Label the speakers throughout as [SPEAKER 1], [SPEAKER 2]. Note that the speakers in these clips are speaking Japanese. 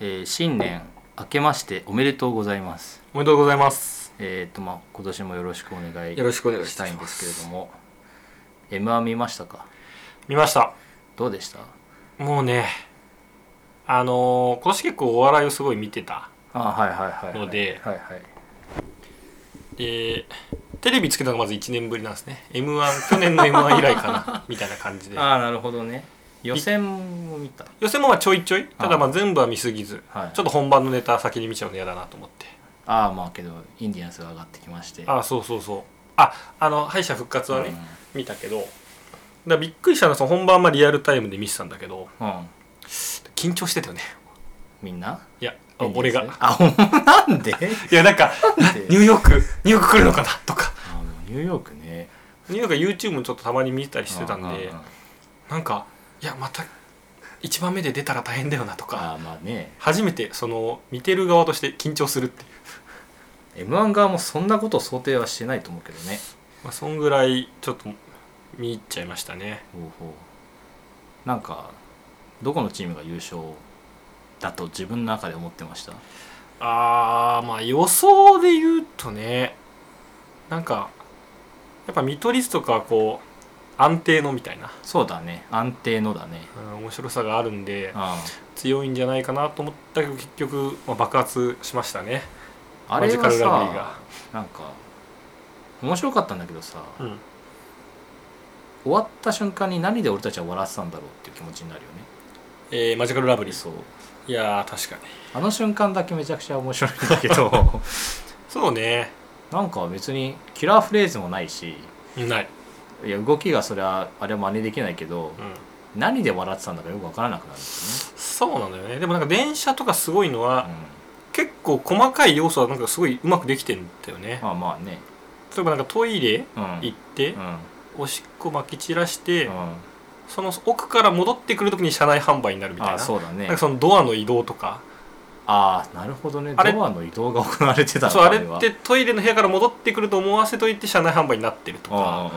[SPEAKER 1] えー新年明けましておめでとうございます。
[SPEAKER 2] おめでとうございます
[SPEAKER 1] えっ、とまあ今年もよろしくお願い
[SPEAKER 3] よろしくお願いします
[SPEAKER 1] したいんですけれども、M1 見ましたか？
[SPEAKER 2] 見ました
[SPEAKER 1] どうでした？
[SPEAKER 2] もうねあのー今年結構お笑いをすごい見てた
[SPEAKER 1] あはいはいはい、はい。
[SPEAKER 2] ので
[SPEAKER 1] はいはい。
[SPEAKER 2] でテレビつけたのがまず1年ぶりなんですね m 1去年の m 1以来か なみたいな感じで
[SPEAKER 1] ああなるほどね。予選も見た。
[SPEAKER 2] 予選もまあちょいちょいただまあ全部は見すぎず、
[SPEAKER 1] はい
[SPEAKER 2] ちょっと本番のネタ先に見ちゃうの嫌だなと思って
[SPEAKER 1] ああまあけどインディアンスが上がってきまして。
[SPEAKER 2] あそうそうそうああの敗者復活はね、見たけどだからびっくりしたのはその本番はリアルタイムで見てたんだけど
[SPEAKER 1] うん。うん。
[SPEAKER 2] 緊張してたよね
[SPEAKER 1] みんな？
[SPEAKER 2] いやあ俺が
[SPEAKER 1] あほんなんで？
[SPEAKER 2] いやなんか
[SPEAKER 1] で
[SPEAKER 2] ニューヨークニューヨーク来るのかなとか
[SPEAKER 1] あニューヨークね。
[SPEAKER 2] ニューヨークは YouTube もちょっとたまに見てたりしてたん
[SPEAKER 1] あ
[SPEAKER 2] でなんかいやまた1番目で出たら大変だよなとか
[SPEAKER 1] ああまあね。
[SPEAKER 2] 初めてその見てる側として緊張するっていう、
[SPEAKER 1] M1 側もそんなことを想定はしてないと思うけどね。
[SPEAKER 2] まあ、そんぐらいちょっと見入っちゃいましたね
[SPEAKER 1] ほうほうなんかどこのチームが優勝だと自分の中で思ってました
[SPEAKER 2] あーまあ予想で言うとねなんかやっぱ見取り図とかはこう安定のみたいな、
[SPEAKER 1] そうだね安定のだね
[SPEAKER 2] うん面白さがあるんで
[SPEAKER 1] あ
[SPEAKER 2] 強いんじゃないかなと思ったけど結局、まあ、爆発しましたね
[SPEAKER 1] ああれは
[SPEAKER 2] マジカルラブリー
[SPEAKER 1] さ
[SPEAKER 2] が
[SPEAKER 1] なんか面白かったんだけどさ、
[SPEAKER 2] うん
[SPEAKER 1] 終わった瞬間に何で俺たちは笑ってたんだろうっていう気持ちになるよね
[SPEAKER 2] えーマジカルラブリー
[SPEAKER 1] そう
[SPEAKER 2] いやー確かに
[SPEAKER 1] あの瞬間だけめちゃくちゃ面白いんだけど
[SPEAKER 2] そうね
[SPEAKER 1] なんか別にキラーフレーズもないし
[SPEAKER 2] ない、
[SPEAKER 1] いや動きがそれはあれは真似できないけど、何で笑ってたんだかよく分からなくなるんです
[SPEAKER 2] そうなんだよねでもなんか電車とかすごいの
[SPEAKER 1] よ
[SPEAKER 2] は、
[SPEAKER 1] ね、
[SPEAKER 2] 結構細かい要素はなんかすごいうまくできてんだよね
[SPEAKER 1] うん、まあまあね
[SPEAKER 2] 例えばなんかトイレ
[SPEAKER 1] うん
[SPEAKER 2] 行って、
[SPEAKER 1] うん
[SPEAKER 2] おしっこまき散らして、
[SPEAKER 1] うん
[SPEAKER 2] その奥から戻ってくる時に車内販売になるみたいな
[SPEAKER 1] あそうだね
[SPEAKER 2] なんかそのドアの移動とか
[SPEAKER 1] ああなるほどねド
[SPEAKER 2] あれ
[SPEAKER 1] アの移動が行われてたのか
[SPEAKER 2] そうあれ
[SPEAKER 1] は
[SPEAKER 2] ってトイレの部屋から戻ってくると思わせといて車内販売になってると
[SPEAKER 1] うんうん
[SPEAKER 2] か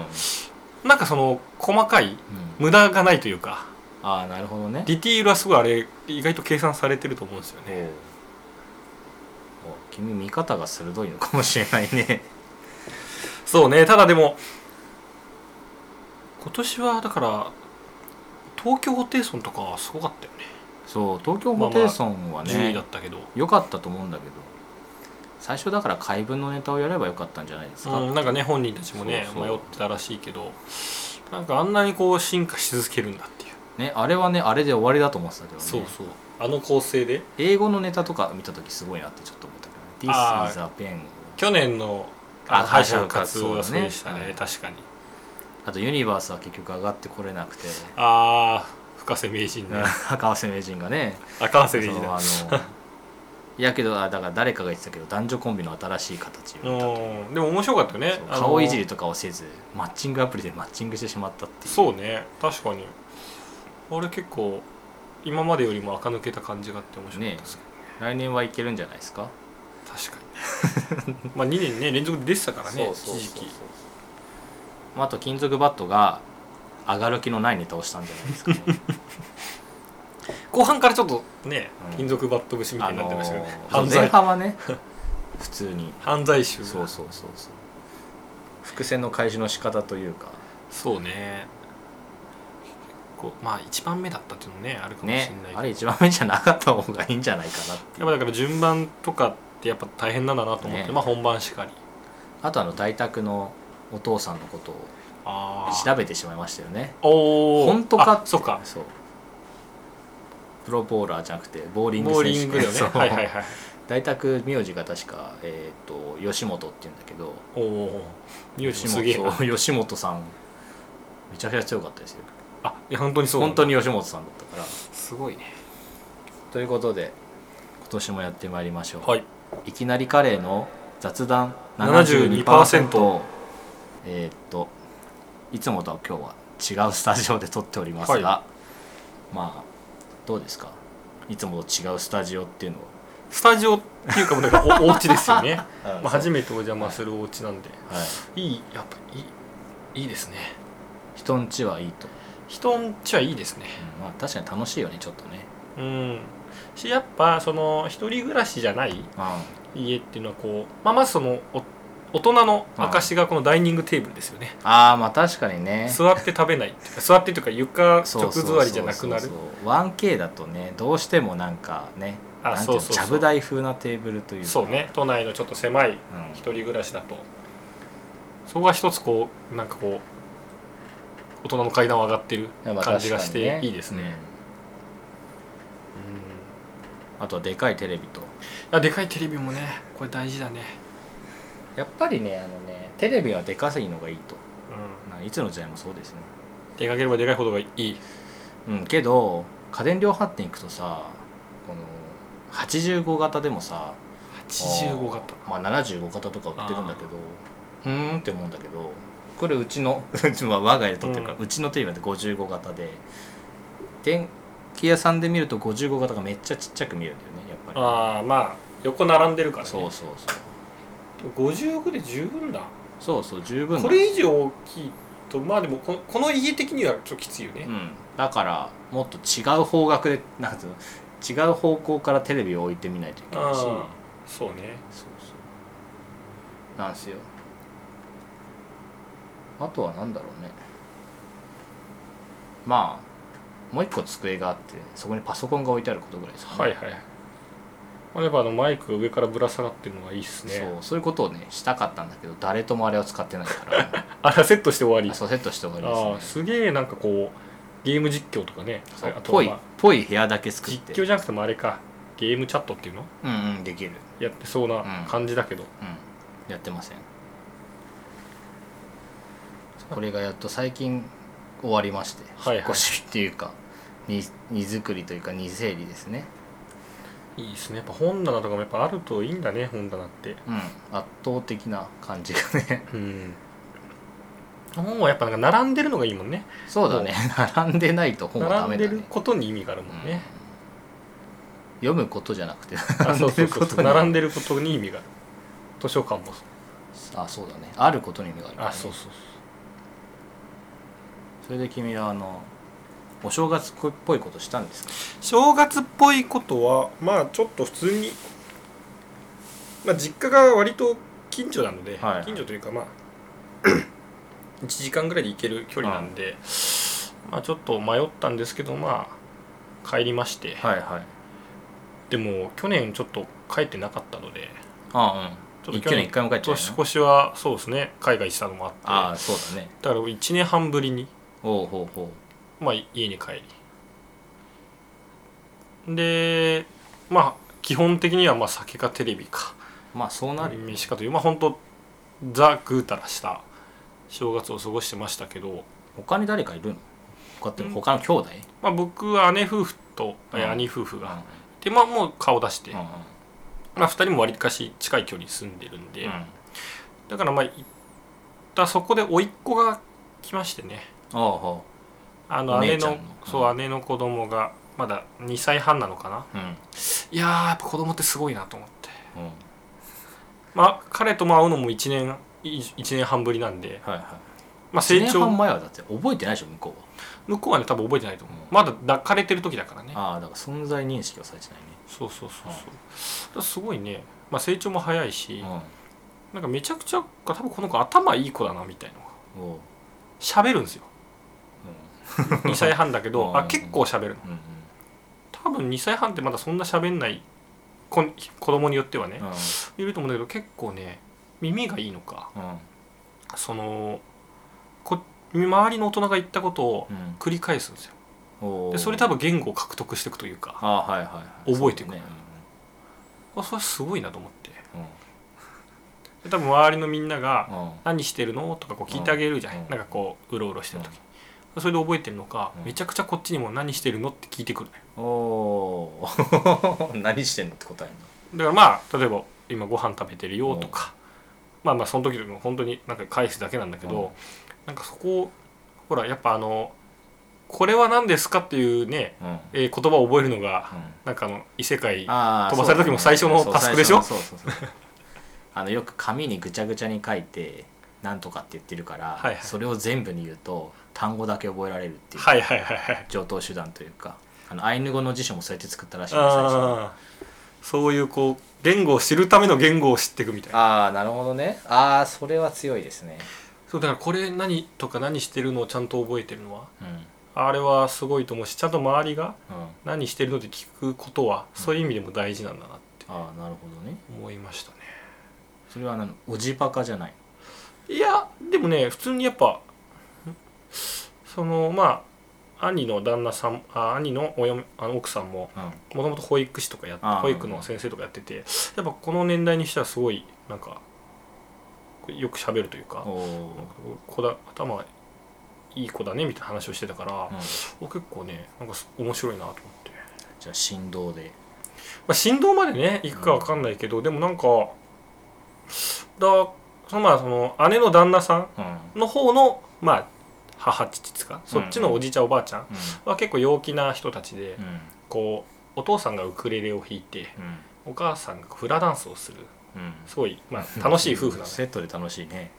[SPEAKER 2] なんかその細かい
[SPEAKER 1] うんうん
[SPEAKER 2] 無駄がないというか
[SPEAKER 1] ああなるほどね
[SPEAKER 2] ディティールはすごいあれ意外と計算されてると思うんですよね
[SPEAKER 1] おうお君見方が鋭いのかもしれない ね
[SPEAKER 2] そうねただでも今年はだから東京ホテイソンとかはすごかったよね
[SPEAKER 1] そう東京ホテイソンは
[SPEAKER 2] 10位
[SPEAKER 1] ね
[SPEAKER 2] だったけど、
[SPEAKER 1] 良かったと思うんだけど最初だから怪文のネタをやればよかったんじゃないですか、
[SPEAKER 2] うん、なんかね本人たちもね
[SPEAKER 1] そうそう
[SPEAKER 2] 迷ってたらしいけどなんかあんなにこう進化し続けるんだっていう、
[SPEAKER 1] ねあれはねあれで終わりだと思ってたけどね
[SPEAKER 2] そうそうあの構成で
[SPEAKER 1] 英語のネタとか見た時すごいなってちょっと思ったけどね
[SPEAKER 2] あ
[SPEAKER 1] This
[SPEAKER 2] ー
[SPEAKER 1] is a pen
[SPEAKER 2] 去年の
[SPEAKER 1] あ
[SPEAKER 2] あ敗者復活
[SPEAKER 1] 敗者復活
[SPEAKER 2] はそうでした
[SPEAKER 1] そう
[SPEAKER 2] ね
[SPEAKER 1] だね
[SPEAKER 2] 確かに
[SPEAKER 1] あとユニバースは結局上がってこれなくて
[SPEAKER 2] ああ深瀬名人ね
[SPEAKER 1] 赤瀬名人がね
[SPEAKER 2] 赤瀬名
[SPEAKER 1] そ
[SPEAKER 2] 人
[SPEAKER 1] の
[SPEAKER 2] だ
[SPEAKER 1] あ のいやけどあだから誰かが言ってたけど男女コンビの新しい形を
[SPEAKER 2] うんでも面白かったよね
[SPEAKER 1] そう
[SPEAKER 2] あの
[SPEAKER 1] 顔いじりとかをせずマッチングアプリでマッチングしてしまったっていう
[SPEAKER 2] そうね確かにあれ結構今までよりも垢抜けた感じがあって面白かったですけ
[SPEAKER 1] 来年はいけるんじゃないですか
[SPEAKER 2] ど、確かに まあ2年ね連続で出てたからね一時期
[SPEAKER 1] まあ、あと金属バットが上がる気のないネタをしたんじゃない ですか、ね、
[SPEAKER 2] 後半からちょっとね
[SPEAKER 1] うん
[SPEAKER 2] 金属バット節みた
[SPEAKER 1] あ
[SPEAKER 2] いになっ
[SPEAKER 1] の
[SPEAKER 2] てましたよね、
[SPEAKER 1] ー
[SPEAKER 2] 犯
[SPEAKER 1] 前
[SPEAKER 2] 罪
[SPEAKER 1] 半は ね普通に
[SPEAKER 2] 犯罪集
[SPEAKER 1] そうそうそうそう伏線の回収の仕方というか
[SPEAKER 2] そうね結構まあ1番目だったっていうのもねあるかもしれない
[SPEAKER 1] ね
[SPEAKER 2] けど、
[SPEAKER 1] あれ一番目じゃなかった方がいいんじゃないかなってい
[SPEAKER 2] や
[SPEAKER 1] う
[SPEAKER 2] っぱだから順番とかってやっぱ大変なんだなと思って、
[SPEAKER 1] ね
[SPEAKER 2] まあ本番しかり
[SPEAKER 1] あとあの大宅のお父さんのことを
[SPEAKER 2] あ
[SPEAKER 1] 調べてしまいましたよね
[SPEAKER 2] おお
[SPEAKER 1] 本当かって
[SPEAKER 2] そうか
[SPEAKER 1] そうプロボーラーじゃなくてボーリング
[SPEAKER 2] ボー
[SPEAKER 1] 選手
[SPEAKER 2] リングだよ ね
[SPEAKER 1] そう
[SPEAKER 2] はいはいはい
[SPEAKER 1] 大宅名字が確か、えー、と吉本って言うんだけど
[SPEAKER 2] おおニュース
[SPEAKER 1] 吉
[SPEAKER 2] すげえ
[SPEAKER 1] 本そう吉本さんめちゃくちゃ強かったですよ
[SPEAKER 2] あいや本当にそう
[SPEAKER 1] 本当
[SPEAKER 2] に
[SPEAKER 1] に吉本さんだったから
[SPEAKER 2] すごいね
[SPEAKER 1] ということで今年もやってまいりましょう、
[SPEAKER 2] はい
[SPEAKER 1] いきなりカレーの雑談
[SPEAKER 2] 72%
[SPEAKER 1] 72%えーっといつもとは今日は違うスタジオで撮っておりますが、
[SPEAKER 2] は
[SPEAKER 1] まあどうですかいつもと違うスタジオっていうの
[SPEAKER 2] スタジオっていうかもうなんかおお家で すよね、
[SPEAKER 1] は、
[SPEAKER 2] まあ、初めてお邪魔するお家なんで
[SPEAKER 1] はい、
[SPEAKER 2] いいやっぱいいいいですね
[SPEAKER 1] 人んちはいいと、
[SPEAKER 2] 人んちはいいですね
[SPEAKER 1] うんまあ、確かに楽しいよねちょっとね
[SPEAKER 2] うんしやっぱその一人暮らしじゃない
[SPEAKER 1] あ
[SPEAKER 2] 家っていうのはこう、まあ、まずそのお大人の証がこのダイニングテーブルですよね、
[SPEAKER 1] あーまあ確かにね
[SPEAKER 2] 座って食べないっていうか座ってというか床
[SPEAKER 1] そう
[SPEAKER 2] 直座りじゃなくなる
[SPEAKER 1] そうそうそうそう 1K だとねどうしてもなんかね
[SPEAKER 2] あ
[SPEAKER 1] なんていの
[SPEAKER 2] そうそうそう
[SPEAKER 1] ちゃぶ台風なテーブルというか
[SPEAKER 2] そうね都内のちょっと狭い
[SPEAKER 1] うん
[SPEAKER 2] 一人暮らしだとそこが一つこうなんかこう大人の階段を上がってる感じがしていいですね、、うん
[SPEAKER 1] うんあとはでかいテレビと
[SPEAKER 2] あでかいテレビもねこれ大事だね、
[SPEAKER 1] やっぱりねあのねテレビはでかすぎのがいいと
[SPEAKER 2] う
[SPEAKER 1] なんかいつの時代もそうですね
[SPEAKER 2] ん、でかければでかいほどがいい
[SPEAKER 1] うんけど家電量販店行くとさこの85型でもさ
[SPEAKER 2] 85型
[SPEAKER 1] まあ、75型とか売ってるんだけどうーんって思うんだけどこれうちの うちは我が家で撮ってるから、うちのテレビだって55型で電気屋さんで見ると55型がめっちゃちっちゃく見えるんだよねやっぱり
[SPEAKER 2] ああまあ横並んでるから、ね、
[SPEAKER 1] そうそうそう
[SPEAKER 2] 55で十分だ
[SPEAKER 1] そうそう十分
[SPEAKER 2] これ以上大きいとまあでもこのこの家的にはちょっときついよね、
[SPEAKER 1] うん、だからもっと違う方角でなんていうの違う方向からテレビを置いてみないといけないし
[SPEAKER 2] あーそうね
[SPEAKER 1] そうそうなんですよあとは何だろうねまあもう一個机があってそこにパソコンが置いてあることぐらいですかね、
[SPEAKER 2] はいはいまあやっぱあのマイクが上からぶら下がってるのがいいっすね
[SPEAKER 1] そうそういうことをねしたかったんだけど誰ともあれを使ってないから、
[SPEAKER 2] あらセットして終わり
[SPEAKER 1] あそうセットして終わり
[SPEAKER 2] ああ
[SPEAKER 1] ですね
[SPEAKER 2] すげえなんかこうゲーム実況とかね
[SPEAKER 1] そう
[SPEAKER 2] あと
[SPEAKER 1] ぽ
[SPEAKER 2] はいまあ
[SPEAKER 1] ぽい部屋だけ作っ
[SPEAKER 2] 実
[SPEAKER 1] て
[SPEAKER 2] 況じゃなくてもあれかゲームチャットっていうの
[SPEAKER 1] うんうんできる
[SPEAKER 2] やってそうな感じだけど、
[SPEAKER 1] うんやってませんこれがやっと最近終わりまして
[SPEAKER 2] はいはい
[SPEAKER 1] 引っ越しっていうか荷荷造りというか荷整理ですね
[SPEAKER 2] いいですねやっぱ本棚とかもやっぱあるといいんだね本棚って
[SPEAKER 1] うん圧倒的な感じがね
[SPEAKER 2] うん本はやっぱなんか並んでるのがいいもんね
[SPEAKER 1] そうだね並んでないと本はダメ
[SPEAKER 2] 並ん
[SPEAKER 1] だ
[SPEAKER 2] で
[SPEAKER 1] ね
[SPEAKER 2] ることに意味があるもん
[SPEAKER 1] うん
[SPEAKER 2] ね、
[SPEAKER 1] 読むことじゃなくて
[SPEAKER 2] あそうそうそ
[SPEAKER 1] 並ん
[SPEAKER 2] う
[SPEAKER 1] でることに
[SPEAKER 2] 並んでることに意味がある図書館もそう
[SPEAKER 1] あそうだねあることに意味があるからね、
[SPEAKER 2] あそうそう
[SPEAKER 1] それで君はあのお正月っぽいことしたんですか
[SPEAKER 2] 正月っぽいことはまあちょっと普通に、まあ、実家が割と近所なので、
[SPEAKER 1] はい
[SPEAKER 2] 近所というかまあ 1時間ぐらいで行ける距離なんで、まあちょっと迷ったんですけどまあ帰りまして、
[SPEAKER 1] はいはい
[SPEAKER 2] でも去年ちょっと帰ってなかったので
[SPEAKER 1] あ
[SPEAKER 2] ち
[SPEAKER 1] う
[SPEAKER 2] ょ
[SPEAKER 1] ん
[SPEAKER 2] っ
[SPEAKER 1] 一
[SPEAKER 2] と去
[SPEAKER 1] 去
[SPEAKER 2] 年
[SPEAKER 1] 年一回も帰っちゃう
[SPEAKER 2] 年越しはそうですね海外したのもあって
[SPEAKER 1] ああそうだね
[SPEAKER 2] だから1年半ぶりに、
[SPEAKER 1] おうほうほう
[SPEAKER 2] まあ、家に帰りでまあ基本的にはまあ酒かテレビか
[SPEAKER 1] まあそうなるよ、
[SPEAKER 2] 飯かというまあ本当ザ・ぐうたらした正月を過ごしてましたけど、
[SPEAKER 1] 他に誰かいるの他って
[SPEAKER 2] うん
[SPEAKER 1] 他の兄弟
[SPEAKER 2] まあ、僕は姉夫婦と、え
[SPEAKER 1] うん
[SPEAKER 2] 兄夫婦が、
[SPEAKER 1] うん
[SPEAKER 2] でまあもう顔出して、
[SPEAKER 1] うんうん
[SPEAKER 2] まあ、2人もわりかし近い距離に住んでるんで、
[SPEAKER 1] うん
[SPEAKER 2] だからまあ行ったそこで甥っ子が来ましてね
[SPEAKER 1] おうほ
[SPEAKER 2] あ
[SPEAKER 1] お
[SPEAKER 2] の
[SPEAKER 1] 姉
[SPEAKER 2] 姉
[SPEAKER 1] ちゃん
[SPEAKER 2] の
[SPEAKER 1] の
[SPEAKER 2] そうう姉の子供がまだ2歳半なのかな
[SPEAKER 1] ううん
[SPEAKER 2] いやーやっぱ子供ってすごいなと思って
[SPEAKER 1] うん
[SPEAKER 2] まあ彼とも会うのも1年1年半ぶりなんで、
[SPEAKER 1] はいは
[SPEAKER 2] まあ、
[SPEAKER 1] い成
[SPEAKER 2] 成
[SPEAKER 1] 年
[SPEAKER 2] 長
[SPEAKER 1] 半前はだって覚えてないでしょ向こう
[SPEAKER 2] 向こうはね多分覚えてないと思う
[SPEAKER 1] うん
[SPEAKER 2] まだ抱かれてる時だからね
[SPEAKER 1] はああだから存在認識をされてないね
[SPEAKER 2] そうそうそうそうだからすごいね、まあ、成長も早いし、
[SPEAKER 1] う
[SPEAKER 2] なんかめちゃくちゃ多分この子頭いい子だなみたいなのが
[SPEAKER 1] んおう
[SPEAKER 2] 喋るんですよ2歳半だ け
[SPEAKER 1] う
[SPEAKER 2] ど
[SPEAKER 1] ん
[SPEAKER 2] あ結構喋るの
[SPEAKER 1] うんうん
[SPEAKER 2] 多分2歳半ってまだそんな喋んない子子供によってはね、
[SPEAKER 1] うん
[SPEAKER 2] いると思うんだけど結構ね耳がいいのか
[SPEAKER 1] うん
[SPEAKER 2] そのこ周りの大人が言ったことを
[SPEAKER 1] うん
[SPEAKER 2] 繰り返すんですよ
[SPEAKER 1] おう
[SPEAKER 2] でそれ多分言語を獲得していくというか
[SPEAKER 1] ああはいはいはい
[SPEAKER 2] 覚えてく
[SPEAKER 1] そうね
[SPEAKER 2] あそれすごいなと思って
[SPEAKER 1] うん
[SPEAKER 2] で多分周りのみんなが
[SPEAKER 1] うんうん
[SPEAKER 2] 「何してるの?」とかこう聞いてあげるじゃ
[SPEAKER 1] う
[SPEAKER 2] ん、
[SPEAKER 1] ん
[SPEAKER 2] なんかこううろうろしてる時、それで覚えてるのか、
[SPEAKER 1] うん
[SPEAKER 2] めちゃくちゃこっちにも「何してるの?」って聞いてくるね
[SPEAKER 1] おお 何してんのって答えんの
[SPEAKER 2] だからまあ例えば「今ご飯食べてるよ」とか、まあまあその時でも本当になんか返すだけなんだけど、
[SPEAKER 1] うん
[SPEAKER 2] なんかそこをほらやっぱあの「これは何ですか?」っていうね、
[SPEAKER 1] うんうん
[SPEAKER 2] えー言葉を覚えるのが、なんかあの異世界
[SPEAKER 1] あー
[SPEAKER 2] 飛ばされた時も最初の
[SPEAKER 1] そう
[SPEAKER 2] タスクでしょ
[SPEAKER 1] そうそうそうそうあのよく紙にぐちゃぐちゃに書いて「なんとか」って言ってるから、
[SPEAKER 2] はいはい
[SPEAKER 1] それを全部に言うと単語だけ覚えられるっていう
[SPEAKER 2] はいはいはいはい
[SPEAKER 1] 上等手段というかあのアイヌ語の辞書もそうやって作ったらしいです最初
[SPEAKER 2] あーそういうこう言語を知るための言語を知っていくみたいな
[SPEAKER 1] ああなるほどねああそれは強いですね
[SPEAKER 2] そうだからこれ何とか何してるのをちゃんと覚えてるのは
[SPEAKER 1] うん
[SPEAKER 2] あれはすごいと思うしちゃんと周りが
[SPEAKER 1] うん
[SPEAKER 2] 何してるのって聞くことはそういう意味でも大事なんだなって
[SPEAKER 1] ああなるほどね
[SPEAKER 2] 思いましたね
[SPEAKER 1] それは何おじパカじゃない
[SPEAKER 2] いやでもね普通にやっぱんそのまあ兄の旦那さんあ兄のお嫁あの奥さんも
[SPEAKER 1] うん
[SPEAKER 2] もともと保育士とかやって
[SPEAKER 1] あー
[SPEAKER 2] 保育の先生とかやっててやっぱこの年代にしてはすごいなんかよく喋るというか
[SPEAKER 1] お
[SPEAKER 2] なん
[SPEAKER 1] お
[SPEAKER 2] かこだ頭いい子だねみたいな話をしてたから、
[SPEAKER 1] うん
[SPEAKER 2] お結構ねなんかす面白いなと思って、
[SPEAKER 1] じゃあ振動で
[SPEAKER 2] まあ、振動までね行くかわかんないけど、でもなんかだそのまあその姉の旦那さ
[SPEAKER 1] うんうん
[SPEAKER 2] んの方のまあ母父ですかそっちのおじいちゃんおばあちゃんは結構陽気な人たちで、
[SPEAKER 1] うん
[SPEAKER 2] こうお父さんがウクレレを弾いて
[SPEAKER 1] うん
[SPEAKER 2] お母さんがフラダンスをする
[SPEAKER 1] うん
[SPEAKER 2] すごい、まあ、楽しい夫婦なんです
[SPEAKER 1] セットで楽しいね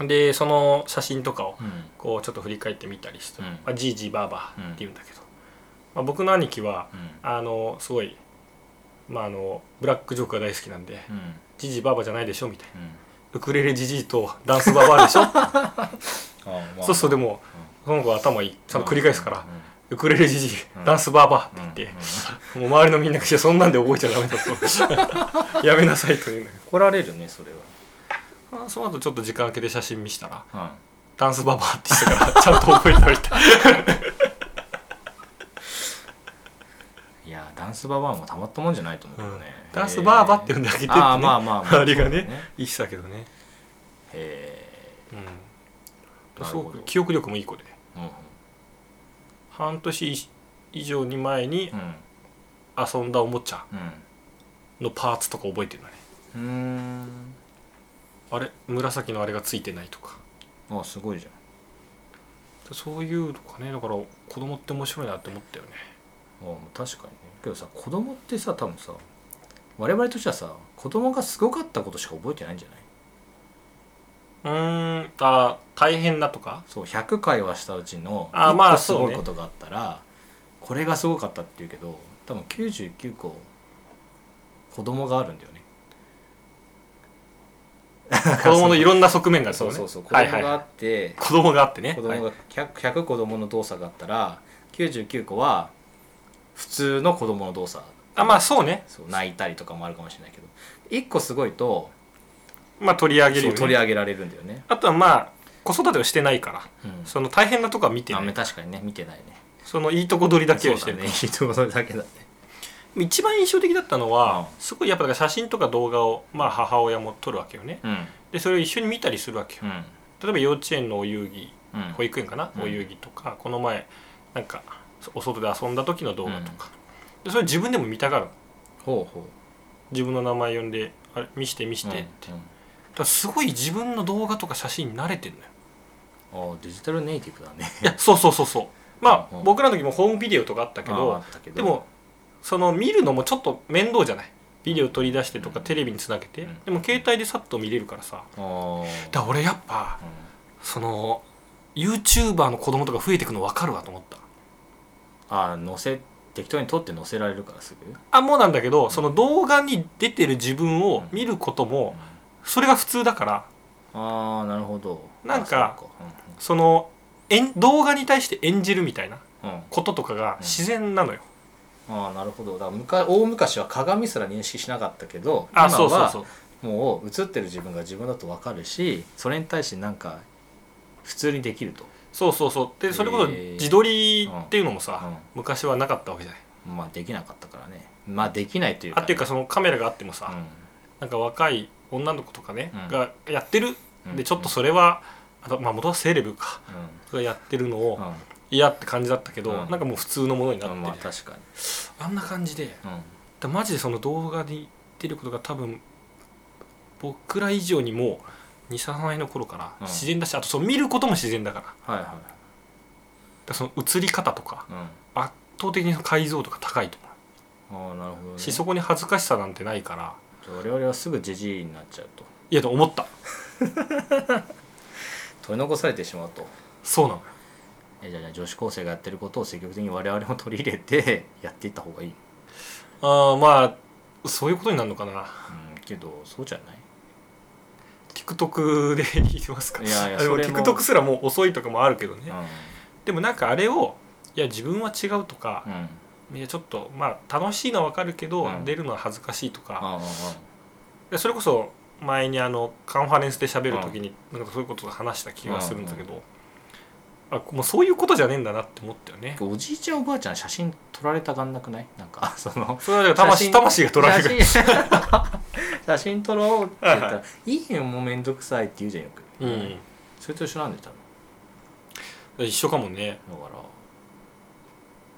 [SPEAKER 2] よでその写真とかを
[SPEAKER 1] うん
[SPEAKER 2] こうちょっと振り返ってみたりして、
[SPEAKER 1] うん
[SPEAKER 2] まあ、じいじばあばって言うんだけど、まあ、僕の兄貴は
[SPEAKER 1] うん
[SPEAKER 2] あのすごい、まあ、あのブラックジョークが大好きなんで
[SPEAKER 1] うん
[SPEAKER 2] じじばあばじゃないでしょみたいな
[SPEAKER 1] うん
[SPEAKER 2] ウクレレじじいとダンスばばあで しょ
[SPEAKER 1] ああまあ
[SPEAKER 2] そうそうでもその子は頭いいちゃんと繰り返すから、
[SPEAKER 1] う
[SPEAKER 2] ウクレレじじい
[SPEAKER 1] うん
[SPEAKER 2] ダンスばばあ
[SPEAKER 1] んうん
[SPEAKER 2] って言って
[SPEAKER 1] うん、
[SPEAKER 2] もう周りのみんなが「いやそんなんで覚えちゃダメだとやめなさい」と言うんだけ
[SPEAKER 1] 怒られるねそれ
[SPEAKER 2] どまあその後ちょっと時間空けて写真見したら
[SPEAKER 1] は
[SPEAKER 2] 「ダンスばばあ」って言ってたからちゃんと覚えたみたい
[SPEAKER 1] うんいやダンスババアもたまったもんじゃないと思うけどね
[SPEAKER 2] ダンスばあばって呼ん
[SPEAKER 1] で
[SPEAKER 2] であげてって、ね、
[SPEAKER 1] ああまあまあま
[SPEAKER 2] あれがね
[SPEAKER 1] そうだ
[SPEAKER 2] 言ってたけどね
[SPEAKER 1] へ
[SPEAKER 2] うん
[SPEAKER 1] なる
[SPEAKER 2] す
[SPEAKER 1] ほど
[SPEAKER 2] ごく記憶力もいい子で
[SPEAKER 1] えうん
[SPEAKER 2] 半年以上に前に
[SPEAKER 1] うん
[SPEAKER 2] 遊んだおもちゃ
[SPEAKER 1] うん
[SPEAKER 2] のパーツとか覚えてるのね
[SPEAKER 1] うーん
[SPEAKER 2] あれ紫のあれがついてないとか
[SPEAKER 1] あすごいじゃん
[SPEAKER 2] そういうとかねだから子供って面白いなって思ったよね
[SPEAKER 1] あもう確かにねけどさ子供ってさ多分さ我々としてはさ子供がすごかったことしか覚えてないんじゃないう
[SPEAKER 2] ーんあ大変だと か
[SPEAKER 1] そう100回はしたうちの
[SPEAKER 2] あま
[SPEAKER 1] 1
[SPEAKER 2] あ
[SPEAKER 1] 個すご
[SPEAKER 2] そう
[SPEAKER 1] い
[SPEAKER 2] ね
[SPEAKER 1] ことがあったら、これがすごかったっていうけど多分99個子供があるんだよね
[SPEAKER 2] 子供のいろんな側面がある
[SPEAKER 1] そうそう
[SPEAKER 2] ね
[SPEAKER 1] そう子
[SPEAKER 2] はい
[SPEAKER 1] 供
[SPEAKER 2] はい
[SPEAKER 1] があ
[SPEAKER 2] は
[SPEAKER 1] って、
[SPEAKER 2] い子供があってね
[SPEAKER 1] 子供
[SPEAKER 2] はい
[SPEAKER 1] が 100, 100子供の動作があったら99個は普通の子供の動作
[SPEAKER 2] あまあそうね
[SPEAKER 1] そう泣いたりとかもあるかもしれないけど1個すごいと
[SPEAKER 2] まあ取り上げる
[SPEAKER 1] そ
[SPEAKER 2] よ、
[SPEAKER 1] う
[SPEAKER 2] ね、
[SPEAKER 1] 取り上げられるんだよね、
[SPEAKER 2] あとはまあ子育てをしてないから
[SPEAKER 1] うん、
[SPEAKER 2] その大変なとこは見て
[SPEAKER 1] あ
[SPEAKER 2] ない
[SPEAKER 1] 確かにね見てないね
[SPEAKER 2] そのいいとこ取りだけをしてる
[SPEAKER 1] ねいいところだけだね
[SPEAKER 2] 一番印象的だったのは、
[SPEAKER 1] う
[SPEAKER 2] すごいやっぱだから写真とか動画を、まあ、母親も撮るわけよね
[SPEAKER 1] うん
[SPEAKER 2] でそれを一緒に見たりするわけよ
[SPEAKER 1] うん
[SPEAKER 2] 例えば幼稚園のお遊戯
[SPEAKER 1] うん
[SPEAKER 2] 保育園かな、
[SPEAKER 1] うん
[SPEAKER 2] お遊戯とかこの前なんかお外で遊んだ時の動画とか、でそれ自分でも見たがるの
[SPEAKER 1] ほうほ
[SPEAKER 2] 自分の名前呼んで「あれ見して見し
[SPEAKER 1] う
[SPEAKER 2] て」って、
[SPEAKER 1] うん
[SPEAKER 2] だからすごい自分の動画とか写真に慣れてるのよ
[SPEAKER 1] うんあデジタルネイティブだね
[SPEAKER 2] いやそうそうそうそうまあ、
[SPEAKER 1] うん
[SPEAKER 2] 僕らの時もホームビデオとかあったけど、
[SPEAKER 1] ああったけど
[SPEAKER 2] でもその見るのもちょっと面倒じゃないビデオ取り出してとかテレビにつなげて、
[SPEAKER 1] うん
[SPEAKER 2] でも携帯でさっと見れるからさ
[SPEAKER 1] あー
[SPEAKER 2] だから俺やっぱ
[SPEAKER 1] うん
[SPEAKER 2] その YouTuber の子供とか増えてくの分かるわと思った
[SPEAKER 1] あ載せ適当に撮って載せられるからすぐ
[SPEAKER 2] あもうなんだけどその動画に出てる自分を見ることもそれが普通だから
[SPEAKER 1] ああなるほど
[SPEAKER 2] なんか
[SPEAKER 1] あそう
[SPEAKER 2] その演動画に対して演じるみたいな
[SPEAKER 1] うんうんうん
[SPEAKER 2] こととかが自然なのよ、
[SPEAKER 1] ああなるほどだからむか大昔は鏡すら認識しなかったけど
[SPEAKER 2] あそうそうそう
[SPEAKER 1] もう映ってる自分が自分だと分かるしそれに対してなんか普通にできると、
[SPEAKER 2] そうそうそうでそれこそ
[SPEAKER 1] へー
[SPEAKER 2] 自撮りっていうのもさ、
[SPEAKER 1] う
[SPEAKER 2] 昔はなかったわけじゃない
[SPEAKER 1] ん、まあできなかったからねまあできないというか、
[SPEAKER 2] あっていうかそのカメラがあってもさ、なんか若い女の子とかね、
[SPEAKER 1] うん
[SPEAKER 2] がやってる
[SPEAKER 1] うん
[SPEAKER 2] でちょっとそれは、あとまあ元はセレブか
[SPEAKER 1] うんうん
[SPEAKER 2] がやってるのを
[SPEAKER 1] うん
[SPEAKER 2] 嫌って感じだったけど、
[SPEAKER 1] うん
[SPEAKER 2] なんかもう普通のものになって、
[SPEAKER 1] まあ確かに、
[SPEAKER 2] あんな感じでだからマジでその動画に出ることが多分僕ら以上にもう23歳の頃から
[SPEAKER 1] うん
[SPEAKER 2] 自然だし、あとその見ることも自然だからだか
[SPEAKER 1] はいは
[SPEAKER 2] らその映り方とか
[SPEAKER 1] い、うん、あ
[SPEAKER 2] 圧倒的にその解像度が高いと思
[SPEAKER 1] あなるほど、
[SPEAKER 2] う
[SPEAKER 1] ね、
[SPEAKER 2] しそこに恥ずかしさなんてないから
[SPEAKER 1] じゃあ我々はすぐジジイになっちゃうと
[SPEAKER 2] いやと思った
[SPEAKER 1] 取り残されてしまうと
[SPEAKER 2] そうなのよ
[SPEAKER 1] えじゃあじゃあ女子高生がやってることを積極的に我々も取り入れ てやっていった方がいい、
[SPEAKER 2] ああまあそういうことになるのかな
[SPEAKER 1] うん、けどそうじゃない
[SPEAKER 2] TikTok で聞いてますか
[SPEAKER 1] いやいや
[SPEAKER 2] あで
[SPEAKER 1] そ
[SPEAKER 2] も
[SPEAKER 1] れも
[SPEAKER 2] TikTok すらもう遅いとかもあるけどね、
[SPEAKER 1] う
[SPEAKER 2] でもなんかあれをいや自分は違うとか
[SPEAKER 1] ん、うん、
[SPEAKER 2] いやちょっとまあ楽しいのはわかるけど、
[SPEAKER 1] うん
[SPEAKER 2] 出るのは恥ずかしいとか、
[SPEAKER 1] ああ
[SPEAKER 2] いやそれこそ前にあのカンファレンスで喋る時になんかそういうことを話した気がするんだけど、あもうそういうことじゃねえんだなって思ったよね
[SPEAKER 1] ああおじいちゃんおばあちゃん写真撮られたがんなくないなんかそ の
[SPEAKER 2] それはだから
[SPEAKER 1] 写真
[SPEAKER 2] 魂魂が取られる
[SPEAKER 1] 写真 写真撮ろうって言ったら「いいよもうめんどくさい」って言うじゃんよく、
[SPEAKER 2] うん、
[SPEAKER 1] それと一緒なんで多分
[SPEAKER 2] 一緒かもね
[SPEAKER 1] だから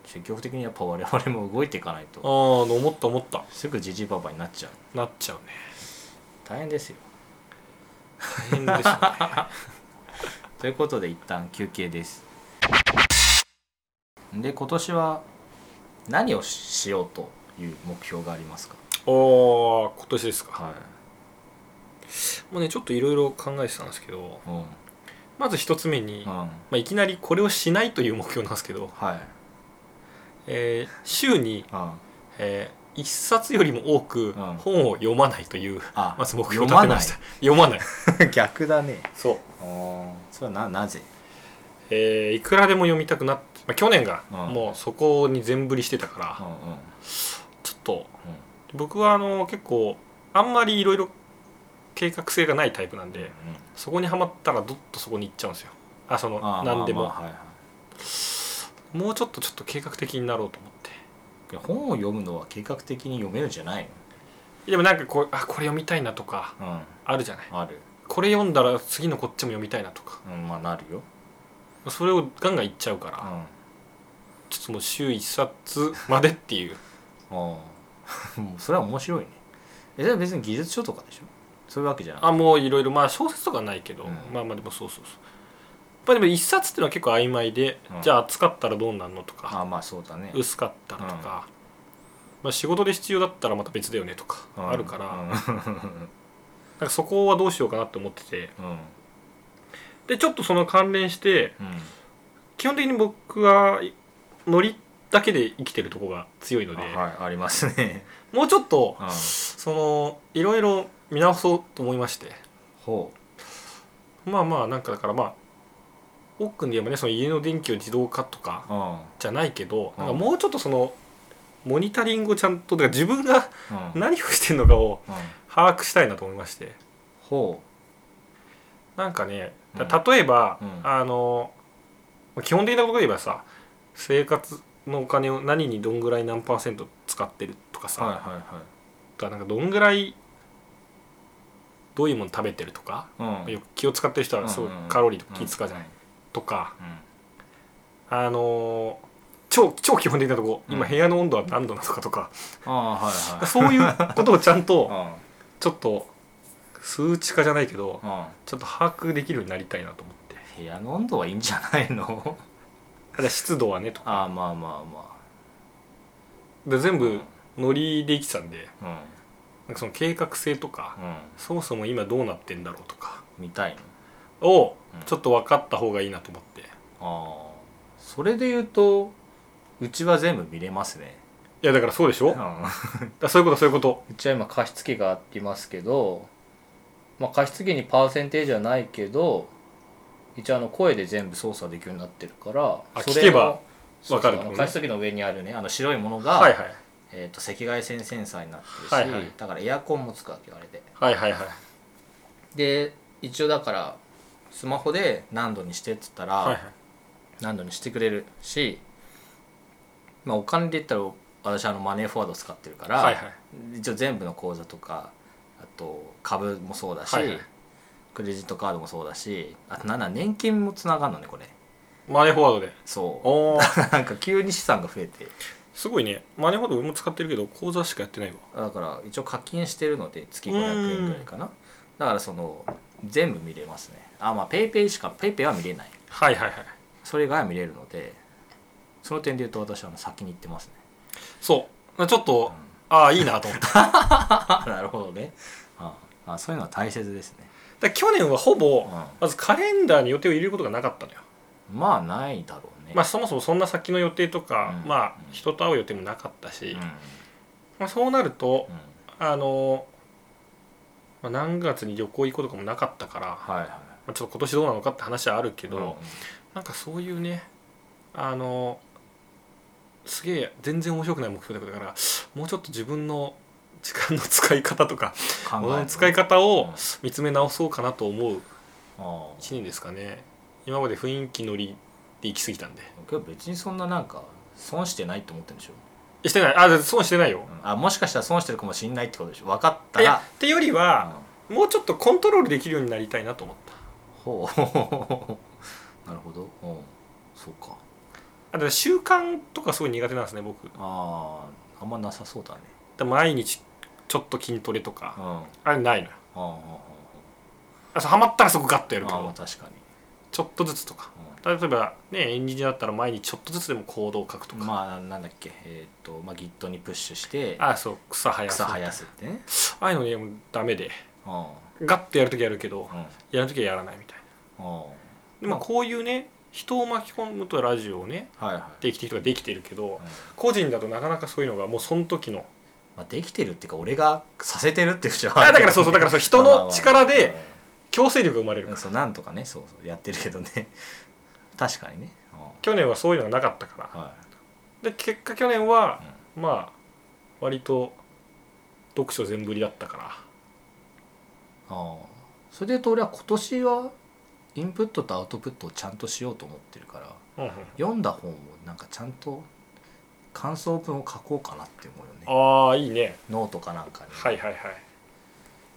[SPEAKER 1] 積極的にやっぱ我々も動いていかない
[SPEAKER 2] ああ
[SPEAKER 1] と
[SPEAKER 2] 思った思った
[SPEAKER 1] すぐじじばばになっちゃう
[SPEAKER 2] なっちゃうね
[SPEAKER 1] 大変ですよ
[SPEAKER 2] 大変ですね
[SPEAKER 1] ということで一旦休憩ですで今年は何をしようという目標がありますか
[SPEAKER 2] おー今年ですか
[SPEAKER 1] は
[SPEAKER 2] もうねちょっといろいろ考えてたんですけど
[SPEAKER 1] いうん、
[SPEAKER 2] まず一つ目に、
[SPEAKER 1] う
[SPEAKER 2] ま
[SPEAKER 1] ん、
[SPEAKER 2] あ、いきなりこれをしないという目標なんですけど、
[SPEAKER 1] はい
[SPEAKER 2] えー週に、
[SPEAKER 1] あ
[SPEAKER 2] え1冊よりも多く
[SPEAKER 1] うん
[SPEAKER 2] 本を読まないという、
[SPEAKER 1] あ
[SPEAKER 2] まず目標を立てました読まない
[SPEAKER 1] 読まな い逆だね
[SPEAKER 2] そう、
[SPEAKER 1] あそれはななぜ
[SPEAKER 2] えーいくらでも読みたくなって、まあ、去年が
[SPEAKER 1] うん
[SPEAKER 2] もうそこに全振りしてたから、
[SPEAKER 1] んうん
[SPEAKER 2] ちょっと僕はあの結構あんまりいろいろ計画性がないタイプなんで、そこにはまったらどっとそこに行っちゃうんですよあその
[SPEAKER 1] あ
[SPEAKER 2] 何でも、
[SPEAKER 1] まあまあはいはい
[SPEAKER 2] もうちょっとちょっと計画的になろうと思って
[SPEAKER 1] いや本を読むのは計画的に読めるんじゃない
[SPEAKER 2] でもなんかこうあこれ読みたいなとか
[SPEAKER 1] の
[SPEAKER 2] あるじゃない
[SPEAKER 1] うんある
[SPEAKER 2] これ読んだら次のこっちも読みたいなとか
[SPEAKER 1] うんまあなるよ
[SPEAKER 2] それをガンガンいっちゃうから、
[SPEAKER 1] うんあ
[SPEAKER 2] ちょっともう週1冊までっていう
[SPEAKER 1] あ もうそれは面白いねえそれは別に技術書とかでしょそういうわけじゃなくて
[SPEAKER 2] あもういろいろまあ小説とかないけど、
[SPEAKER 1] うん
[SPEAKER 2] まあまあでもそうそうそうまあでも1冊っていうのは結構曖昧で、
[SPEAKER 1] うん
[SPEAKER 2] じゃあ厚かったらどうなんのとか
[SPEAKER 1] あまあそうだね
[SPEAKER 2] 薄かったらとか、まあ、仕事で必要だったらまた別だよねとか
[SPEAKER 1] うん
[SPEAKER 2] あるから、なん
[SPEAKER 1] う
[SPEAKER 2] かそこはどうしようかなって思ってて
[SPEAKER 1] んうん
[SPEAKER 2] でちょっとその関連して
[SPEAKER 1] うん
[SPEAKER 2] 基本的に僕はノリだけで生きてるとこが強いので、
[SPEAKER 1] あはいありますね
[SPEAKER 2] もうちょっと
[SPEAKER 1] うん
[SPEAKER 2] そのいろいろ見直そうと思いまして
[SPEAKER 1] ほ
[SPEAKER 2] まあまあなんかだからまあ奥君で言えばねその家の電気を自動化とか
[SPEAKER 1] ううん
[SPEAKER 2] じゃないけど
[SPEAKER 1] うん
[SPEAKER 2] なんかもうちょっとそのモニタリングをちゃんとだから自分が
[SPEAKER 1] うん
[SPEAKER 2] 何をしてるのかを
[SPEAKER 1] うん
[SPEAKER 2] 把握したいなと思いまして
[SPEAKER 1] ほ
[SPEAKER 2] なんかね
[SPEAKER 1] う
[SPEAKER 2] だ
[SPEAKER 1] ん
[SPEAKER 2] 例えば、
[SPEAKER 1] うん
[SPEAKER 2] あの基本的なことで言えばさ生活のお金を何にどんぐらい何パーセント使ってるとか
[SPEAKER 1] う
[SPEAKER 2] さ、
[SPEAKER 1] はいはい
[SPEAKER 2] とかなんかどんぐらいどういうもの食べてるとか、
[SPEAKER 1] はい
[SPEAKER 2] よく気を使ってる人はすご
[SPEAKER 1] う
[SPEAKER 2] い
[SPEAKER 1] んうんうん
[SPEAKER 2] カロリーとか気使うじゃない、とか
[SPEAKER 1] うん
[SPEAKER 2] あのー超超基本的なとこ
[SPEAKER 1] うん
[SPEAKER 2] 今部屋の温度は何度なのかとか、
[SPEAKER 1] ああはいはい
[SPEAKER 2] そういうことをちゃん
[SPEAKER 1] う
[SPEAKER 2] と
[SPEAKER 1] ん
[SPEAKER 2] ちょっと数値化じゃないけど
[SPEAKER 1] うん
[SPEAKER 2] ちょっと把握できるようになりたいなと思って
[SPEAKER 1] 部屋の温度はいいんじゃないの
[SPEAKER 2] ただ湿度はねとか
[SPEAKER 1] ああまあまあま
[SPEAKER 2] で全部ノリで生きてたんで
[SPEAKER 1] あ
[SPEAKER 2] なんかその計画性とか、
[SPEAKER 1] うんうん
[SPEAKER 2] そもそも今どうなってんだろうとか
[SPEAKER 1] 見たいの
[SPEAKER 2] を
[SPEAKER 1] うん
[SPEAKER 2] ちょっと分かった方がいいなと思って、い
[SPEAKER 1] ああそれで言うとうちは全部見れますね
[SPEAKER 2] やだからそうでし
[SPEAKER 1] う
[SPEAKER 2] ょ、だか
[SPEAKER 1] ん
[SPEAKER 2] らそういうことそういうこと
[SPEAKER 1] うちは今加湿器がありますけど、まあ、加湿器にパーセンテージはないけど一応あの声で全部操作できるようになってるから
[SPEAKER 2] あ
[SPEAKER 1] それを
[SPEAKER 2] 聞けば
[SPEAKER 1] そう
[SPEAKER 2] わか
[SPEAKER 1] そう
[SPEAKER 2] るのね
[SPEAKER 1] あの加湿器の上にあるねあの白いものが、
[SPEAKER 2] はいはい
[SPEAKER 1] えー、と赤外線センサーになってるし、
[SPEAKER 2] はいはい
[SPEAKER 1] だからエアコンもつくわけよあれで
[SPEAKER 2] はいはいはい
[SPEAKER 1] で一応だからスマホで何度にしてって言ったら、
[SPEAKER 2] はいはい
[SPEAKER 1] 何度にしてくれるし、まあ、お金で言ったら私あのマネーフォワード使ってるから、
[SPEAKER 2] はいはい
[SPEAKER 1] 一応全部の口座とかあと株もそうだし、
[SPEAKER 2] はいはい
[SPEAKER 1] クレジットカードもそうだしあとなんだ年金もつながるのねこれ
[SPEAKER 2] マネーフォワードで
[SPEAKER 1] そう
[SPEAKER 2] おお
[SPEAKER 1] なんか急に資産が増えて
[SPEAKER 2] すごいねマネーフォワード俺も使ってるけど口座しかやってないわ
[SPEAKER 1] だから一応課金してるので月500円ぐらいかなだからその全部見れますねあまあペイペイしかペイペイは見れない
[SPEAKER 2] はいはいはい
[SPEAKER 1] それ以外は見れるのでその点で言うと私はあの先に行ってますね
[SPEAKER 2] そうちょっと、ああいいなと思った だか
[SPEAKER 1] あなるほどねああそういうのは大切ですね、
[SPEAKER 2] ら去年はほぼ、
[SPEAKER 1] う
[SPEAKER 2] まずカレンダーに予定を入れることがなかったのよ
[SPEAKER 1] ん、まあないだろうね
[SPEAKER 2] まあ、そもそもそんな先の予定とか、
[SPEAKER 1] うん
[SPEAKER 2] まあ、人と会う予定もなかったし、
[SPEAKER 1] うん
[SPEAKER 2] まあ、そうなると
[SPEAKER 1] うん
[SPEAKER 2] あの、まあ、何月に旅行行くことかもなかったから、
[SPEAKER 1] は
[SPEAKER 2] ま
[SPEAKER 1] いはい
[SPEAKER 2] あ、ちょっと今年どうなのかって話はあるけ
[SPEAKER 1] け
[SPEAKER 2] ど、なんかそういうねあのすげえ全然面白くない目標だからもうちょっと自分の時間の使い方とか
[SPEAKER 1] 考
[SPEAKER 2] 物
[SPEAKER 1] え
[SPEAKER 2] の
[SPEAKER 1] る
[SPEAKER 2] 使い方
[SPEAKER 1] う
[SPEAKER 2] を
[SPEAKER 1] ん
[SPEAKER 2] 見つめ直そうかなと思う
[SPEAKER 1] ああ
[SPEAKER 2] 1年ですかね今まで雰囲気乗りで行き過ぎたんで
[SPEAKER 1] けど別にそんななんか損してないと思ってるんでしょ、
[SPEAKER 2] えしてないあ損してないよ
[SPEAKER 1] うんあもしかしたら損してるかもしれないってことでしょ分かった
[SPEAKER 2] いや
[SPEAKER 1] ら、
[SPEAKER 2] ってより
[SPEAKER 1] うん
[SPEAKER 2] は、もうちょっとコントロールできるようになりたいなと思った
[SPEAKER 1] ほう なるほどうんそうか
[SPEAKER 2] あと習慣とかすごい苦手なんですね僕だか
[SPEAKER 1] あああんまなさそうだね
[SPEAKER 2] ら毎日ちょっと筋トレとか
[SPEAKER 1] うんあ
[SPEAKER 2] あれないのよ
[SPEAKER 1] ああ
[SPEAKER 2] あそうハマったらそこガッとやる
[SPEAKER 1] あ
[SPEAKER 2] け
[SPEAKER 1] ああま
[SPEAKER 2] ど
[SPEAKER 1] あ確かに、
[SPEAKER 2] ちょっとずつとか
[SPEAKER 1] うん
[SPEAKER 2] 例えばねエンジニアだったら毎日ちょっとずつでも行動を書くとか、
[SPEAKER 1] まあなんだっけえっ、と、まあ、Git にプッシュして
[SPEAKER 2] あそう草生やす
[SPEAKER 1] 草生やすってね
[SPEAKER 2] ああいうのねもうダメで
[SPEAKER 1] うん
[SPEAKER 2] ガッとやるときやるけど
[SPEAKER 1] うん
[SPEAKER 2] やるときはやらないみたいな
[SPEAKER 1] うん
[SPEAKER 2] でまあこういうね人を巻き込むとラジオをね
[SPEAKER 1] はいはい、
[SPEAKER 2] 定期的とかできてるけど
[SPEAKER 1] うん
[SPEAKER 2] 個人だとなかなかそういうのがもうその時の
[SPEAKER 1] まあ、できてるっていうか俺がさせてるっていう人
[SPEAKER 2] あだからそうそうだからそう人の力で強制力が生まれる
[SPEAKER 1] そうなんとかねそうそうやってるけどね 確かにね、う
[SPEAKER 2] 去年はそういうのがなかったから
[SPEAKER 1] んは
[SPEAKER 2] で結果去年は、まあ割と読書全振りだったから
[SPEAKER 1] い、ああそれで言うと俺は今年はインプットとアウトプットをちゃんとしようと思ってるから
[SPEAKER 2] うんうん
[SPEAKER 1] 読んだ本をなんかちゃんと感想文を書こうかなって思うよね
[SPEAKER 2] ああいいね
[SPEAKER 1] ノートかなんかに、
[SPEAKER 2] はいはいはい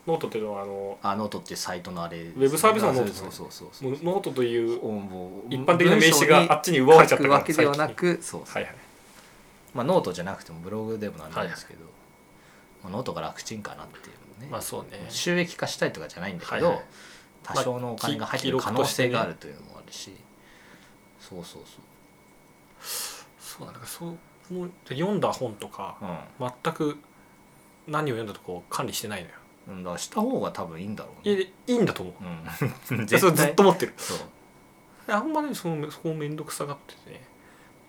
[SPEAKER 2] ノートっていうのはあの
[SPEAKER 1] あノートっていうサイトのあれウ
[SPEAKER 2] ェブサービスのノートです
[SPEAKER 1] そ
[SPEAKER 2] ね
[SPEAKER 1] うそうそうそう
[SPEAKER 2] もうノートという
[SPEAKER 1] おもう
[SPEAKER 2] 一般的な名詞があっちに奪われちゃった
[SPEAKER 1] 書
[SPEAKER 2] か
[SPEAKER 1] くわ
[SPEAKER 2] ら
[SPEAKER 1] けではなくそうそう
[SPEAKER 2] はいはい
[SPEAKER 1] まあ、ノートじゃなくてもブログでもなんでもいいですけど、まあ、ノートが楽ちんかなっていうね、
[SPEAKER 2] まあそうね
[SPEAKER 1] 収益化したいとかじゃないんだけど、
[SPEAKER 2] はいはい
[SPEAKER 1] 多少のお金が入ってる可能性があるというのもあるし、そうそうそ
[SPEAKER 2] そうだからそうもうで読んだ本とか
[SPEAKER 1] う
[SPEAKER 2] 全く何を読んだとこう管理してないのよ
[SPEAKER 1] うんだからした方が多分いいんだろう
[SPEAKER 2] いや
[SPEAKER 1] ね
[SPEAKER 2] いいんだと思う
[SPEAKER 1] うん
[SPEAKER 2] いやそれずっと持ってる
[SPEAKER 1] そう、
[SPEAKER 2] あんまりそのそこを面倒くさがっててね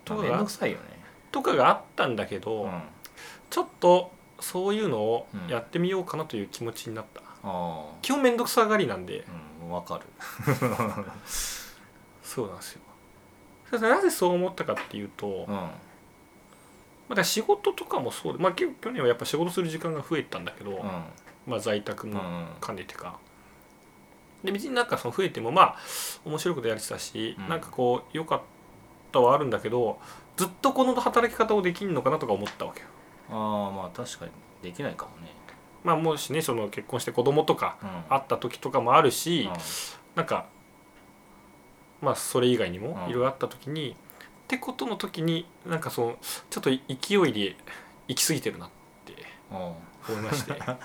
[SPEAKER 1] まあ、
[SPEAKER 2] とか
[SPEAKER 1] 面倒
[SPEAKER 2] が
[SPEAKER 1] くさいよね、
[SPEAKER 2] とかがあったんだけど、
[SPEAKER 1] うん、あ
[SPEAKER 2] ちょっとそういうのを
[SPEAKER 1] うん
[SPEAKER 2] やってみようかなという気持ちになった、
[SPEAKER 1] あ
[SPEAKER 2] 基本面倒くさがりなんで
[SPEAKER 1] うんわかる
[SPEAKER 2] そうなんですよそれでなぜそう思ったかっていうと、
[SPEAKER 1] うんうん
[SPEAKER 2] まあ、だから仕事とかもそうで、まあ、結構去年はやっぱ仕事する時間が増えたんだけど、まあ、在宅
[SPEAKER 1] うんう
[SPEAKER 2] も
[SPEAKER 1] ん
[SPEAKER 2] 兼ねてか、で別になんかその増えてもまあ面白いことやれてたし、
[SPEAKER 1] うん
[SPEAKER 2] なんかこう良かったはあるんだけどずっとこの働き方をできるのかなとか思ったわけよ。
[SPEAKER 1] ああまあ確かにできないかもね
[SPEAKER 2] まあ、もしねその結婚して子供とか
[SPEAKER 1] うん
[SPEAKER 2] 会った時とかもある
[SPEAKER 1] う
[SPEAKER 2] し、
[SPEAKER 1] ん
[SPEAKER 2] なんかまあそれ以外にも
[SPEAKER 1] うん
[SPEAKER 2] いろいろあった時に、ってことの時になんかそのちょっと勢いで行き過ぎてるなって
[SPEAKER 1] うん
[SPEAKER 2] 思い まして。
[SPEAKER 1] な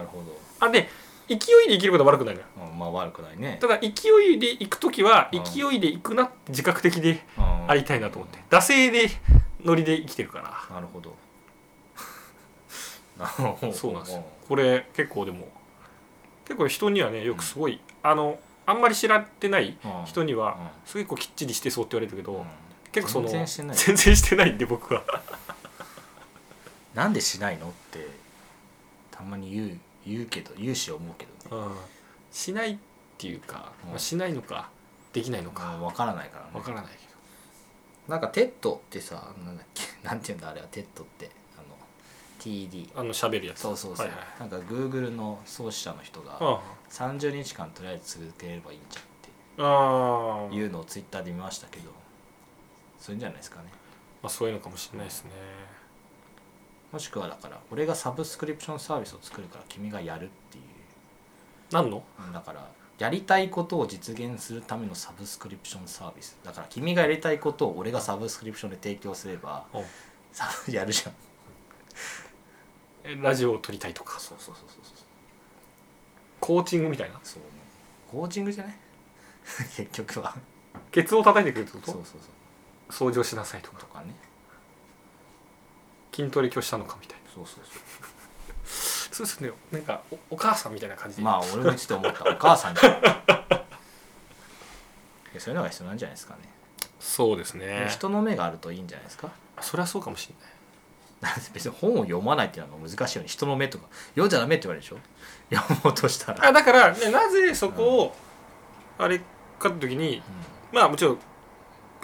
[SPEAKER 1] るほ
[SPEAKER 2] あで勢いで生きることは悪くないのよ
[SPEAKER 1] ど、うん、まあ悪くないね
[SPEAKER 2] ただ勢いで行く時は
[SPEAKER 1] うん
[SPEAKER 2] 勢いで行くなって自覚的で
[SPEAKER 1] うん
[SPEAKER 2] ありたいなと思って惰性でノリで生きてるから
[SPEAKER 1] なるほ どなるほど
[SPEAKER 2] そうなんですよこれ結構でも結構人にはねよくすごいあのあんまり知られてない
[SPEAKER 1] うん
[SPEAKER 2] 人に
[SPEAKER 1] うん
[SPEAKER 2] はすごいこうきっちりしてそうって言われるけど、
[SPEAKER 1] うん
[SPEAKER 2] 結構その
[SPEAKER 1] 全然して ない
[SPEAKER 2] 全然してないんで僕は
[SPEAKER 1] なんでしないのってたまに言う言うけど言うし思うけどね
[SPEAKER 2] うんしないっていうか、
[SPEAKER 1] うん
[SPEAKER 2] まあ、しないのかできないのか
[SPEAKER 1] 分からないから
[SPEAKER 2] わ
[SPEAKER 1] ね
[SPEAKER 2] からない
[SPEAKER 1] なんかテッドってさなんだっけ なんていうんだあれはテッドってあの TD
[SPEAKER 2] けどあの喋るやつ
[SPEAKER 1] そうそうそう、
[SPEAKER 2] はいはい
[SPEAKER 1] なんか Google の創始者の人が
[SPEAKER 2] あ
[SPEAKER 1] 30日間とりあえず続ければいいんじゃんっ
[SPEAKER 2] あ
[SPEAKER 1] ていうのを Twitter で見ましたけどそれじゃないですかね
[SPEAKER 2] まあ、そういうのかもしれないですね
[SPEAKER 1] もしくはだから俺がサブスクリプションサービスを作るから君がやるっていう
[SPEAKER 2] 何の
[SPEAKER 1] だからやりたいことを実現するためのサブスクリプションサービスだから君がやりたいことを俺がサブスクリプションで提供すれば
[SPEAKER 2] お
[SPEAKER 1] さやるじゃん
[SPEAKER 2] えラジオを撮りたいとか
[SPEAKER 1] そうそうそうそうそう
[SPEAKER 2] コーチングみたいな
[SPEAKER 1] そうねコーチングじゃない結局は
[SPEAKER 2] ケツを叩いてくるって
[SPEAKER 1] そう
[SPEAKER 2] こ
[SPEAKER 1] そうそ
[SPEAKER 2] と掃除をしなさいと
[SPEAKER 1] う
[SPEAKER 2] か
[SPEAKER 1] とかね
[SPEAKER 2] 筋トレ今日したのかみたいな
[SPEAKER 1] そうそうそ
[SPEAKER 2] そうですねなんかおお母さんみたいな感じ
[SPEAKER 1] う
[SPEAKER 2] で、
[SPEAKER 1] まあ俺もちょっと思ったお母さんじゃんいやそういうのが必要なんじゃないですかね
[SPEAKER 2] そうですね
[SPEAKER 1] 人の目があるといいんじゃないですか
[SPEAKER 2] それはそうかもしれない
[SPEAKER 1] 別に本を読まないっていうのが難しいよね人の目とか読んじゃダメって言われるでしょ読もうとしたら、
[SPEAKER 2] あだから、ね、なぜそこをあれかって時に、まあもちろん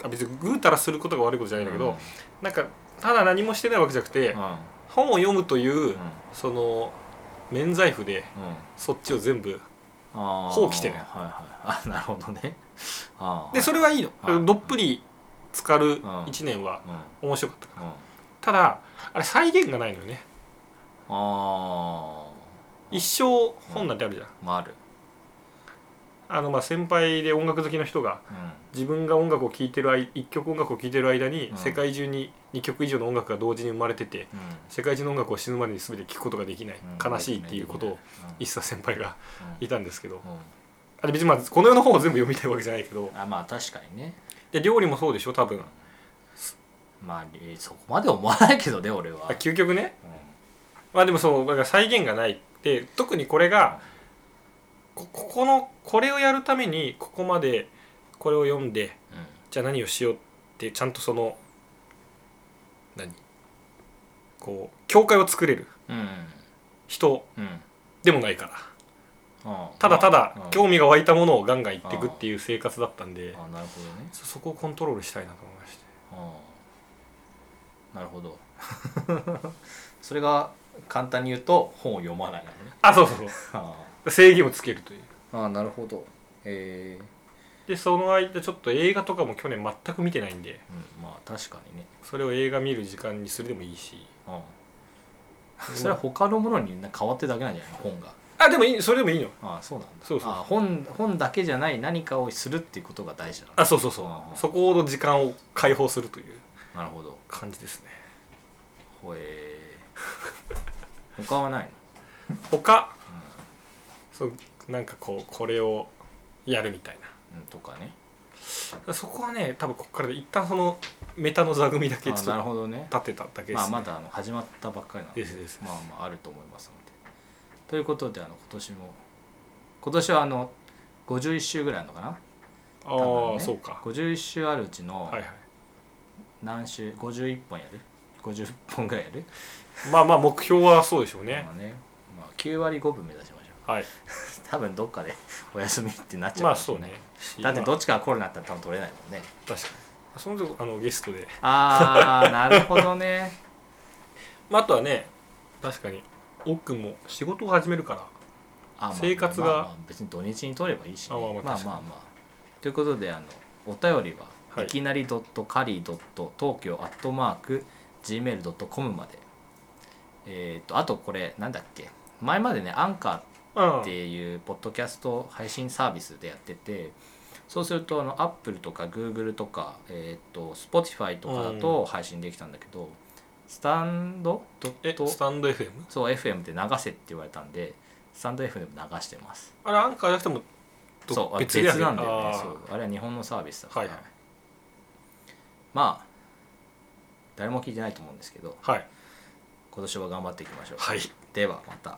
[SPEAKER 2] あ別にぐうたらすることが悪いことじゃないんだけど、なんかただ何もしてないわけじゃなくて、
[SPEAKER 1] うんうん
[SPEAKER 2] 本を読むという、
[SPEAKER 1] うん
[SPEAKER 2] その免罪符で
[SPEAKER 1] うん
[SPEAKER 2] そっちを全部
[SPEAKER 1] あー
[SPEAKER 2] こう来てる
[SPEAKER 1] はいはいあなるほどねあー
[SPEAKER 2] でそれはいいの、
[SPEAKER 1] はい
[SPEAKER 2] どっぷり浸か
[SPEAKER 1] ん
[SPEAKER 2] る1年は
[SPEAKER 1] うんうん
[SPEAKER 2] 面白かったから
[SPEAKER 1] あ
[SPEAKER 2] ただあれ再現がないのよね
[SPEAKER 1] あ
[SPEAKER 2] 一生本なんてあるじゃん
[SPEAKER 1] まあある
[SPEAKER 2] あのまあ先輩で音楽好きの人が
[SPEAKER 1] うん
[SPEAKER 2] 自分が音楽を聴いてる間一曲音楽を聴いてる間に
[SPEAKER 1] うん
[SPEAKER 2] 世界中に2曲以上の音楽が同時に生まれてて
[SPEAKER 1] うん
[SPEAKER 2] 世界中の音楽を死ぬまでに全て聴くことができない
[SPEAKER 1] うん
[SPEAKER 2] 悲しいっていうことを
[SPEAKER 1] うん
[SPEAKER 2] 一茶先輩がいたんですけど
[SPEAKER 1] うん
[SPEAKER 2] あれ別にまあこの世の本を全部読みたいわけじゃないけど
[SPEAKER 1] あまあ確かにね
[SPEAKER 2] で料理もそうでしょ多分
[SPEAKER 1] まあえーそこまで思わないけどね俺は
[SPEAKER 2] あ究極ねまあでもそうだから再現がないで特にこれがこここのこれをやるためにここまでこれを読んで
[SPEAKER 1] うんうん
[SPEAKER 2] じゃあ何をしようってちゃんとその何こう教会を作れる
[SPEAKER 1] うん
[SPEAKER 2] 人
[SPEAKER 1] うん
[SPEAKER 2] でもないから
[SPEAKER 1] あー
[SPEAKER 2] ただた
[SPEAKER 1] まあ
[SPEAKER 2] だ
[SPEAKER 1] うん
[SPEAKER 2] 興味が湧いたものをガンガン言っていくっていう生活だったんで
[SPEAKER 1] あなるほどね
[SPEAKER 2] そそこをコントロールしたいなと思いまして
[SPEAKER 1] ああなるほど それが簡単に言うと本を読まないなのね
[SPEAKER 2] あそうそうそ
[SPEAKER 1] あ
[SPEAKER 2] う制限をつけるという
[SPEAKER 1] あなるほどええ
[SPEAKER 2] でその間ちょっと映画とかも去年全く見てないんで
[SPEAKER 1] うん、まあ確かにね、
[SPEAKER 2] それを映画見る時間にするでもいいし
[SPEAKER 1] うん、それは他のものに変わってるだけなんじゃないの本が
[SPEAKER 2] あでもいいそれでもいいの
[SPEAKER 1] ああそうなんだ
[SPEAKER 2] そうそう
[SPEAKER 1] ああ本本だけじゃない何かをするっていうことが大事なの
[SPEAKER 2] あそうそうそう
[SPEAKER 1] うん
[SPEAKER 2] そこの時間を解放するという
[SPEAKER 1] なるほど
[SPEAKER 2] 感じですね
[SPEAKER 1] ほえー他はない
[SPEAKER 2] 他そうなんかこうこれをやるみたい
[SPEAKER 1] の、うん、とかね
[SPEAKER 2] なそこはね多分ここからで一旦そのメタの座組だけ
[SPEAKER 1] あ
[SPEAKER 2] ち
[SPEAKER 1] あ
[SPEAKER 2] ょ
[SPEAKER 1] なる
[SPEAKER 2] っ
[SPEAKER 1] ほどね
[SPEAKER 2] と立てただけです、ね
[SPEAKER 1] まあ、まだあの始まったばっかりなの
[SPEAKER 2] ですです
[SPEAKER 1] まあまああると思いますので。ということであの今年も今年はあの51週ぐらいあるのかな
[SPEAKER 2] あ
[SPEAKER 1] 多
[SPEAKER 2] あ、
[SPEAKER 1] 分ね
[SPEAKER 2] そうか
[SPEAKER 1] 51週あるうちの
[SPEAKER 2] はいはい
[SPEAKER 1] 何週、51本やる50本ぐらいやる、
[SPEAKER 2] まあまあ目標はそうでしょうね
[SPEAKER 1] まあねまあ、9割5分目指しましょう
[SPEAKER 2] はい
[SPEAKER 1] 多分どっかで お休みってなっちゃう
[SPEAKER 2] まあ
[SPEAKER 1] かもし
[SPEAKER 2] そ
[SPEAKER 1] れ
[SPEAKER 2] う
[SPEAKER 1] ない
[SPEAKER 2] ね
[SPEAKER 1] だってどっちかがコロナだったら多分取れないもん ね
[SPEAKER 2] まあ確かにその時あのゲストで、
[SPEAKER 1] ああなるほどね
[SPEAKER 2] まあ、あとはね確かに奥君も仕事を始めるから
[SPEAKER 1] あまあ
[SPEAKER 2] 生活が
[SPEAKER 1] まあまあ別に土日に取ればいいし、ね、
[SPEAKER 2] あまあまあ
[SPEAKER 1] まあまあ
[SPEAKER 2] 確かに
[SPEAKER 1] まあということであのお便りは、
[SPEAKER 2] はい
[SPEAKER 1] い、きなり .carry.tokyo.gmail.com までえっ、とあとこれなんだっけ前までねアンカ
[SPEAKER 2] うん
[SPEAKER 1] ーっていうポッドキャスト配信サービスでやっててそうするとあのアップルとかグーグルとか、えー、と Spotify とかだと配信できたんだけど、スタンドド
[SPEAKER 2] え
[SPEAKER 1] ット
[SPEAKER 2] スタンド FM
[SPEAKER 1] そう FM で流せって言われたんでスタンド FM でも流してます
[SPEAKER 2] あれアンカーじゃなくてもど
[SPEAKER 1] そうあ別
[SPEAKER 2] でやる
[SPEAKER 1] なんだよ
[SPEAKER 2] あ
[SPEAKER 1] ね
[SPEAKER 2] ー
[SPEAKER 1] そうあれは日本のサービスだから、
[SPEAKER 2] はいはい
[SPEAKER 1] まあ誰も聞いてないと思うんですけど
[SPEAKER 2] はい
[SPEAKER 1] 今年は頑張っていきましょう、
[SPEAKER 2] はい
[SPEAKER 1] ではまた。